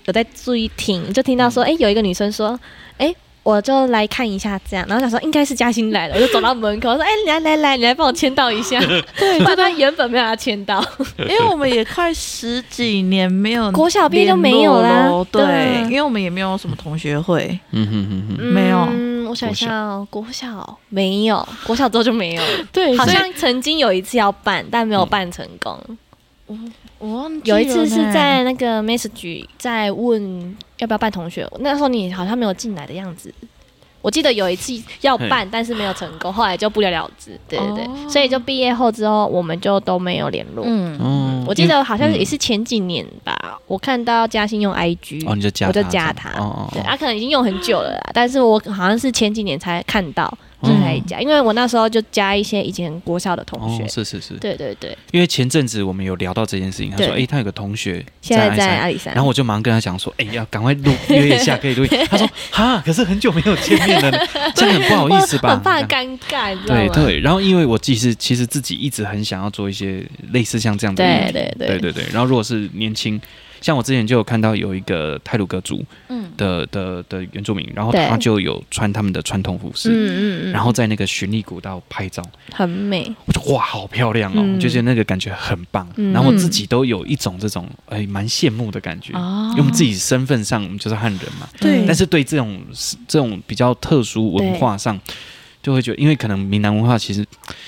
有在注意听，就听到说，哎、有一个女生说，哎、我就来看一下这样，然后想说哦应该是嘉欣来了，我就走到门口说，哎、来来来，你来帮我签到一下。对，就他原本没有要签到，
因为我们也快十几年没有
国小毕业就没有啦
联络咯
对
对，因为我们也没有什么同学会，
嗯哼哼哼，
没有
嗯，我想一下哦，国小没有，国小之后就没 有了，
对
好
所以
像曾经有一次要办，但没有办成功。
我忘记
有
了
一次是
呢
在那个 message 在问要不要办同学，那时候你好像没有进来的样子。我记得有一次要办，但是没有成功，后来就不了了之。对对对，
哦
所以就毕业后之后，我们就都没有联络。
嗯
哦，
我记得好像也是前几年吧，我看到嘉欣用 IG，、
嗯哦，你就加
我就
他
加
这
他
样哦
对，
哦
他、可能已经用很久了啦，但是我好像是前几年才看到，就才加，因为我那时候就加一些以前国校的同
哦
学，
哦，是是是，
对对对，
因为前阵子我们有聊到这件事情，他说，
对
哎，他有个同学
现在在
在
阿里山，
然后我就马上跟他讲说，哎、呀，赶快录约一下，可以 录。他说，哈，可是很久没有见面了，这样很不好意思 吧？
很怕啊
这样
尴尬，你知道
对
吗？
对，然后因为我其实其实自己一直很想要做一些类似像这样的议题，
嗯对对
对对对。然后如果是年轻，像我之前就有看到有一个泰鲁格族
嗯
的的的原住民，然后
对
他就有穿他们的传统服饰，
嗯嗯嗯，
然后在那个寻历古道拍照，
很美，
我就哇，好漂亮哦，
嗯
就觉得那个感觉很棒。
嗯
然后我自己都有一种这种哎蛮羡慕的感觉，
哦
因为我们自己身份上我们就是汉人嘛，
对
但是对这种这种比较特殊文化上，就会觉得，因为可能闽南文化其实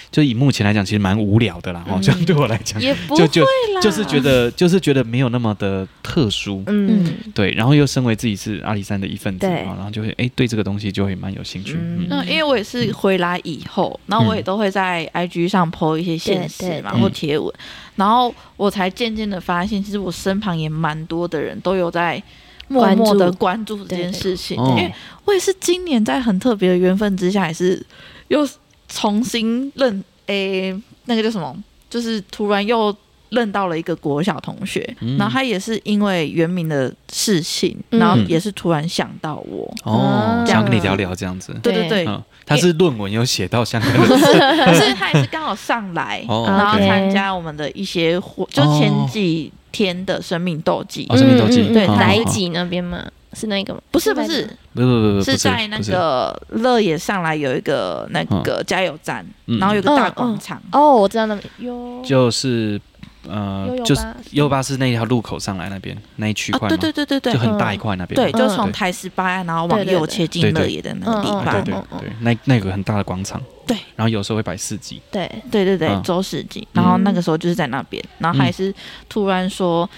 就以目前来讲，其实蛮无聊的啦。哦、
嗯
这样对我来讲，
也不
就就
啦
就是觉得就是觉得没有那么的特殊，
嗯
对。然后又身为自己是阿里山的一份子，
对
哦然后就会哎对这个东西就会蛮有兴趣。
嗯
嗯，
嗯，因为我也是回来以后，然后我也都会在 IG 上 po 一些现实
对对
嘛
对
或贴文，然后我才渐渐的发现，其实我身旁也蛮多的人都有在默默的关注这件事情。因
哦
为我也是今年在很特别的缘分之下，也是又重新认诶、那个叫什么，就是突然又认到了一个国小同学，
嗯
然后他也是因为原名的事情，
嗯
然后也是突然想到我。
哦，
嗯
想要跟你聊聊这样子。
对对对，
嗯，他是论文有写到相关的，
可是他也是刚好上来
哦
然后
OK
参加我们的一些活，就前几天的生命斗技，
哦生命斗技
嗯嗯嗯
对
嗯
好
来
好
几那边吗？是那个吗？
不是不
在
是
不不不不，不
是在那
不是
个乐野上来有一个那个加油站，
嗯
然后有个大广场，
哦，我知道那边有
就是呃
悠悠，
就是
吧
优巴是那条路口上来那边那一区
啊
块，吗？
对对对对对
就很大一块那边。
对，
嗯
就从台十八然后往右切进乐野的那个地
嗯
啊
方
对，对
嗯
对，那那有个很大的广场。
哦对，
然后有时候会摆市集。
对，
对对对
嗯，
周世锦，然后那个时候就是在那边，然后他也是突然
嗯
说，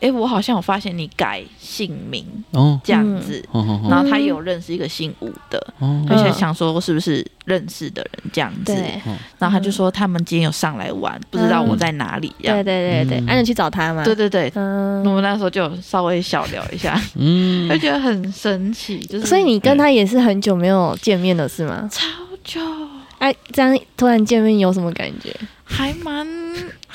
哎，我好像有发现你改姓名
哦，
这样子，
哦哦
嗯
然后他也有认识一个姓吴的，
哦
就
哦，
想想说是不是认识的人这样子，
对嗯
然后他就说他们今天有上来玩，不知道我在哪里这样
对对。对对，
嗯
安仁去找他嘛？
对，对对，
嗯
我，们那时候就有稍微小聊一下，
嗯
就觉得很神奇，就是
所以你跟他也是很久没有见面了，是吗？
超久，
哎、这样突然见面有什么感觉？
还蛮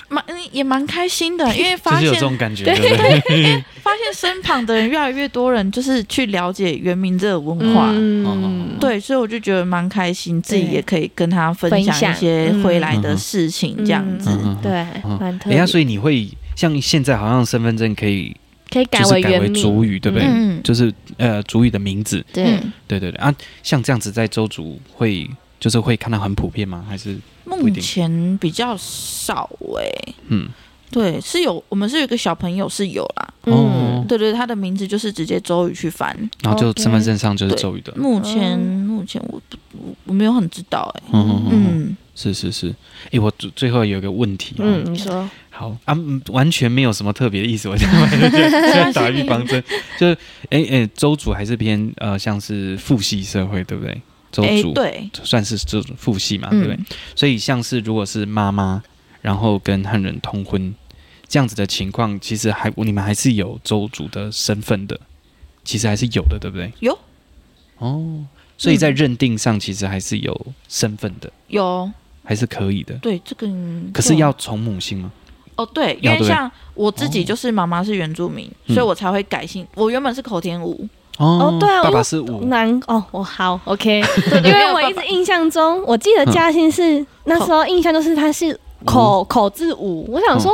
蛮也蛮开心的，因为
就
发
是有
现
这种感觉，对不对？
发现身旁的人越来越多人就是去了解原民这个文化。
嗯，
对，所以我就觉得蛮开心，自己
对
也可以跟他分
分
享
享
一些
嗯
回来的事情，这样子。
嗯嗯
对，
嗯
蛮特
哎
别
呀，。所以你会像现在好像身份证可以
可以改
就是
为
改
原
为
名，
主语，对不对？
嗯
就是呃主语的名字，
对，
嗯
对对对啊，像这样子在周族会就是会看到很普遍吗？还是不
目
一定
前比较少哎、
嗯
对，是有我们是有一个小朋友是有啦，
嗯
哦，
对对，他的名字就是直接周宇去翻。
然后就
OK
身份证上就是周语的，
目前、
嗯
目前我不我我没有很知道哎、
嗯嗯嗯。
嗯，
是是是，诶，我最最后有一个问题、啊，
嗯，你说，
好啊，嗯完全没有什么特别的意思，我现在现在打预防针，就是诶诶，周主还是偏呃像是父系社会，对不对？周
哎、
主、
对，
算是这种父系嘛，对不对？
嗯，
所以像是如果是妈妈，然后跟汉人通婚这样子的情况，其实还你们还是有周主的身份的，其实还是有的，对不对？
有
哦，所以在
嗯
认定上其实还是有身份的，
有
还是可以的。
对这个嗯，
可是要从母姓吗？
哦对，因
要
为
对哦
像我自己就是妈妈是原住民，
嗯
所以我才会改姓，我原本是口天吴，
哦
哦对啊
爸
我
爸是五，
难哦，我好，OK，
对
因为我一直印象中，我记得嘉欣是那时候印象就是他是口
嗯
口字吴，我想说，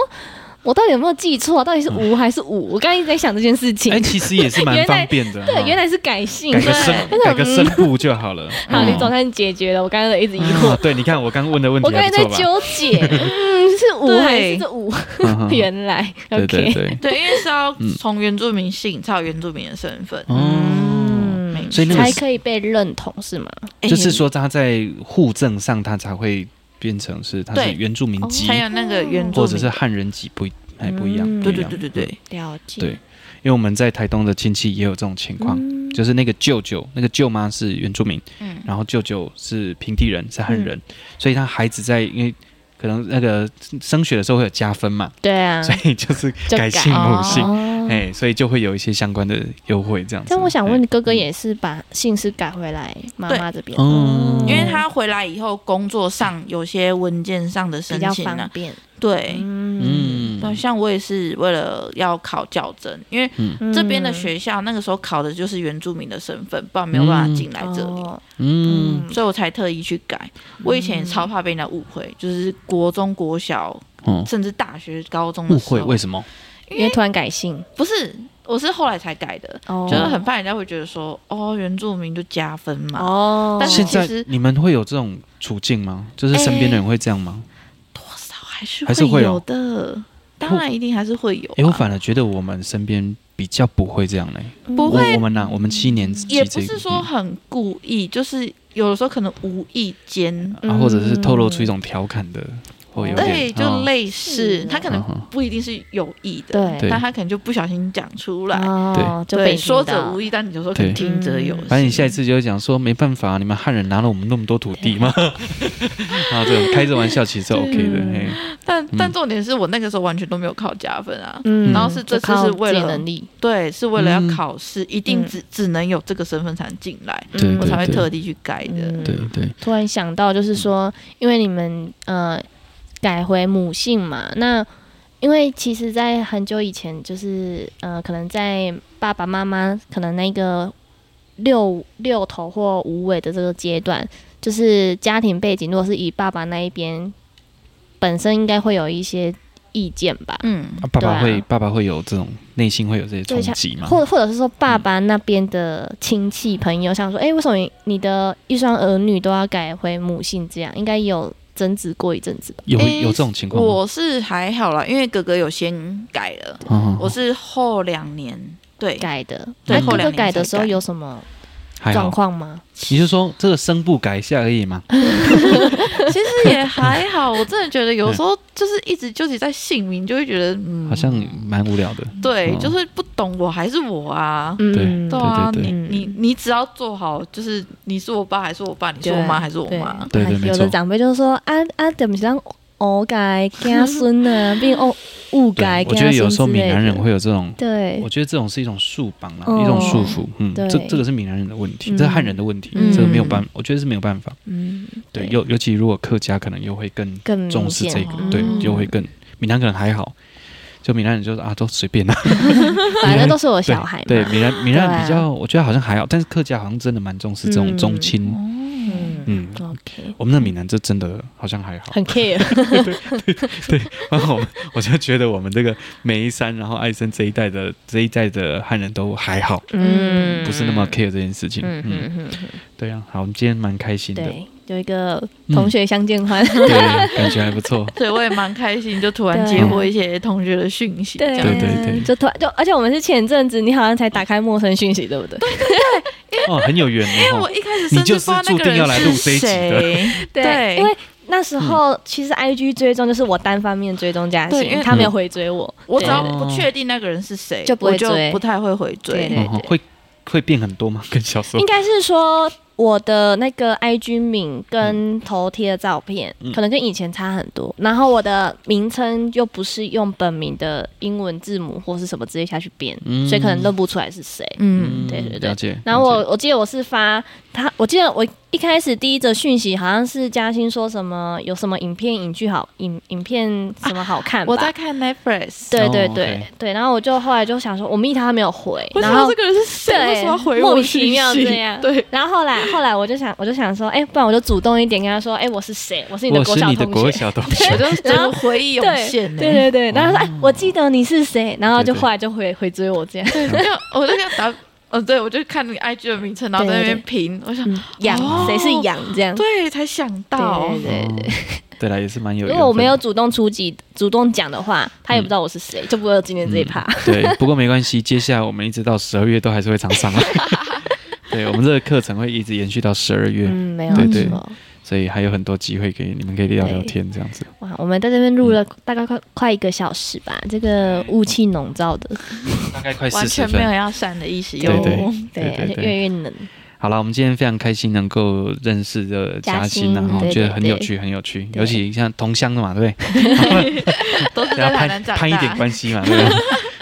我到底有没有记错？到底是吴还是武？我刚刚一直在想这件事情
嗯哎、。其实也是蛮
原来
方便的。
对，
哈
原来是改姓。
改个
对
声，
真的
改个声部就好了。
好，
嗯
你总算解决了我刚刚的一直疑惑
哦。对，你看我刚问的问
我
题
刚
还
才
不
在
错吧？
纠结，嗯，是五还是这五？
嗯哼
原来
对对
OK，
对，
对，因为是要
嗯
从原住民姓才有原住民的身份，
哦，
嗯，
所以那个
才
是
可以被认同是吗？
哎
就是说他在户政上，他才会变成是他是
对
原住
哦
民籍，
哦才有那个原住民，
或者是汉啊人籍，不一还不一样
嗯。
不
对
一
对
样
对对对，
了解，
对因为我们在台东的亲戚也有这种情况，
嗯
就是那个舅舅，那个舅妈是原住民，
嗯
嗯
然后舅舅是平地人，是汉人，所以他孩子在因为可能那个升学的时候会有加分嘛，
对啊，
所以就是
就
改
改
姓母姓，
哦
哎、所以就会有一些相关的优惠这样子。
但我想问，
哎，
哥哥也是把姓氏改回来妈妈这边，
嗯，
因为他回来以后，工作上有些文件上的
比
申
较
请
方
啊，
便。
对，
嗯，
嗯，
对，像我也是为了要考教甄，因为这边的
嗯
学校那个时候考的就是原住民的身份，不然没有办法进来这里，
哦
嗯，
所以我才特意去改。我以前也超怕被人家误会，就是国中、国小，
哦，
甚至大学、高中的
误
时候
会为什么？
因为突然改姓，
不是，我是后来才改的，
哦
就是很怕人家会觉得说，哦，原住民就加分嘛。
哦，
但是
现
其
在
实哎
你们会有这种处境吗？就是身边的人会这样吗？
多少还是
还是会
会
有
有的，当然一定还是会有、啊。
哎、我反而觉得我们身边比较不会这样嘞、
不
我
会
我们呢、我们七年级
也
这嗯
不
一
是说很故意，就是有的时候可能无意间，
嗯
啊，或者是透露出一种调侃的，或有
嗯对，
点啊
就类
是
似，他可能
嗯
不一定是有意的，
对
对
但他可能就不小心讲出来，
哦，就
对，
被
说者无
意，
意，但你有时候可能
对
听者有
反正你
心。
下一次就会讲说，没办法，你们汉人拿了我们那么多土地 嘛， 啊，这种开着玩笑其实是 OK 的，
嗯
嘿，
但
嗯
但重点是我那个时候完全都没有考加分啊，
嗯
然后
是这
就靠
次是为了
自己能力，
对，是为了要
嗯
考试，一定
嗯
只只能有这个身份才能进来，
对
嗯
我才会
对
特地去改的
嗯。
对对，
突然想到，就是说，因为你们呃改回母姓嘛，那因为其实，在很久以前，就是呃，可能在爸爸妈妈可能那个六六头或五尾的这个阶段，就是家庭背景，如果是以爸爸那一边，本身应该会有一些意见吧，
嗯，
啊，爸爸
对啊
会爸爸会有这种内心会有这些冲
对像
击嘛，
或或者是说爸爸那边的亲戚朋友，想说，哎、为什么你的一双儿女都要改回母姓？这样应该有争执过一阵子吧？
有
诶
有这种情况吗？
我是还好啦，因为哥哥有先改了，
嗯
我是后两年对
改的，
对
那
后
哥
两
哥
年
改的
才
时候
改
有什么
还
状
好，
况嗯吗？
你是说这个声部改一下而已嘛？
其实也还好，我真的觉得有时候就是一直纠结在姓名，就会觉得嗯，
好像蛮无聊的，
对
嗯，
就是不懂我还是我啊。
嗯，
对啊，
对
对
你
对
你你只要做好，就是你是我爸还是我爸，你是我妈还是我妈，
对对
啊
没
有
错
的长辈就说啊啊，怎么让我改 家孙呢？并哦误
对
改，
我觉得有时候
子
闽南人会有这种。
对
我，觉得这种是一种束绑啊，
哦
一种束缚，嗯，
对
这这个是闽南人的问题，
嗯
这是汉人的问题，
嗯
这个没有办，我觉得是没有办法。
嗯，
对，尤尤其如果客家可能又会更
更明
重视
显
这
了
个，
嗯
对，
嗯
又会更闽南可能还好，就闽南人就是啊都随便啊，
反正都是我小孩嘛，
对，对闽南闽
对
南
啊
比较，我觉得好像还好，但是客家好像真的蛮重视这种
嗯
宗亲，
嗯，
嗯
嗯，
，OK，
我们的闽南这真的好像还 好，
很 care，
然后我们我就觉得我们这个梅山，然后艾森这一代的这一代的汉人都还好，
嗯，
不是那么 care 这件事情，
嗯
嗯，
嗯嗯嗯，
对啊，好，我们今天蛮开心的，嗯
对，有一个同学相见欢，
对，感觉还不 错，
所以我也蛮开心，就突然
对
接获一些同学的讯息，这
对
样
对对对
就突然就，而且我们是前阵子你好像才打开陌生讯息，对不对？
哦，很有缘的
我
哦，
一开始甚至不知道那个人是谁，对嗯
因为那时候其实 I G 追踪就是我单方面追踪嘉
对因
欣，
为嗯
他没有回追我，
我只要
对
不确定那个人是谁，
哦就不会
我就
追
不太会回追。
对对
哦会会变很多吗？跟 小时候
应该是说我的那个 I G 名跟头贴的照片、
嗯
可能跟以前差很多，然后我的名称又不是用本名的英文字母或是什么直接下去编，
嗯
所以可能认不出来是谁。
嗯，
对对对
了解。
然后
了解
我我记得我是发他，我记得我一开始第一则讯息好像是嘉欣说什么有什么影片影剧好影影片什么好看吧，
啊我在看 Netflix，
对对
哦
对、
，OK
对，然后我就后来就想说我密他他没有回，
嗯我
然
想
后
这个人是谁？
对
为什么要回
莫
我
名
讯
其
息？
妙这样
对，
然后后来后来我就想我就想说，哎、不然我就主动一点跟他说，哎、我是谁？我是你的
我
国
是
小
你的
同
国
学。
小同
我
学，
就整个回忆涌
对
现呢。
对对对，然后他说：“哎，我记得你是谁。”然后就
哦对对
后来就回回追我这样，
没有，我那个打，哦，对，我就看那个 IG 的名称，然后在那边评，我想，
养
哦
谁是养这样？
对，才想到，
对对对。
哦对啦，也是蛮有。嗯
如果我没有，主动出击、主动讲的话，他也不知道我是谁，就不会有今天这一趴。
对，不过没关系，接下来我们一直到十二月都还是会常上 来。对我们这个课程会一直延续到十二月，
嗯，没有
对对
错。
所以还有很多机会给你们可以聊聊天这样子。
哇，我们在这边录了大概快快一个小时吧，这
嗯
个雾气笼罩的，
大概快
完
哎四十
全没有
分。
要删的意思
对
哟。
对
对，
对
而且
对
越来越冷。
好了，我们今天非常开心能够认识这嘉欣啊，
嘉
哈
欣嗯对
觉得很
对
有趣，很有趣，
对
尤其像同乡的嘛，对不
都 是
对？要
在台
攀
南长
攀一点
大。
关系嘛，对不对？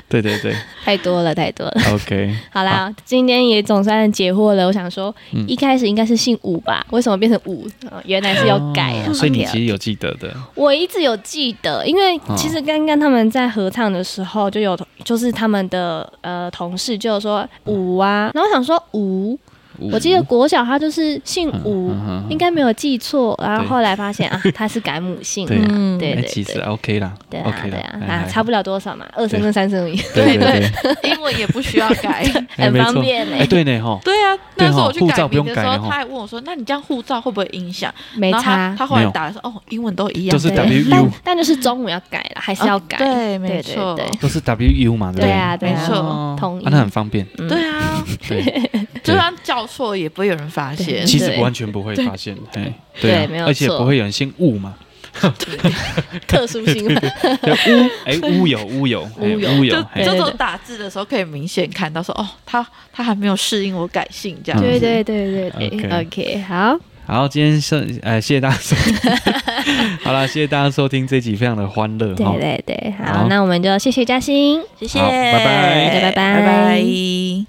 对对对
太多了，太多 了。
，OK，
好啦，今天也总算解惑了。我想说，
嗯
一开始应该是姓武吧？为什么变成武？哦原来是要改啊、
哦所以你
OK，
其实有哦记得的，
我一直有记得，因为其实刚刚他们在合唱的时候，就有就是他们的呃同事就有说武啊，然后我想说武，
嗯五
我记得国小他就是姓武，
嗯嗯嗯
应该没有记错。然后
对
后来发现啊，他是改母 姓
对
了。
嗯
对
哎其实 OK 啦
对啊，
，OK
对
啦，
啊，
哎
啊，差不了多少嘛，二声
对
跟三声而已，
对对 对，
英文也不需要改。
哎
很
没
方
错
便欸呢
哎，。对呢，哈，
对啊，那时候我去
对哦护
改
照不
名
用
的时
改了
候，
哦
他还问我说：“那你这样护照会不会影响
没？”
然后他
差，
他后来
没有
打的时候，哦，英文都一样，
都是
对
WU
但但就是中文要改了，还是要改。
对，
哦对
没
对
错，
对
都是 WU 嘛，对不
对啊对
啊没错
哦
同意
啊那很方便，
嗯
对啊，
对，
就算叫错也不会有人发现
对。
其实
对
完全不会发现，哎，
对
啊
没有
而且
错
不会有人姓误嘛，
特殊性 嘛，
对乌哎乌有乌有哎
乌有
乌
就
有，哎
对
就种打字的时候，可以明显看到说，哦，他他还没有适应我改姓这样
嗯
子。
对对对对对
OK
，OK，好，
好，今天是呃，谢谢大家收听。 好啦，谢谢大家收听这一集，非常的欢乐
对
哈。
对对，
好
好，那我们就谢谢嘉欣。
谢谢，
好拜拜
大家拜拜
拜拜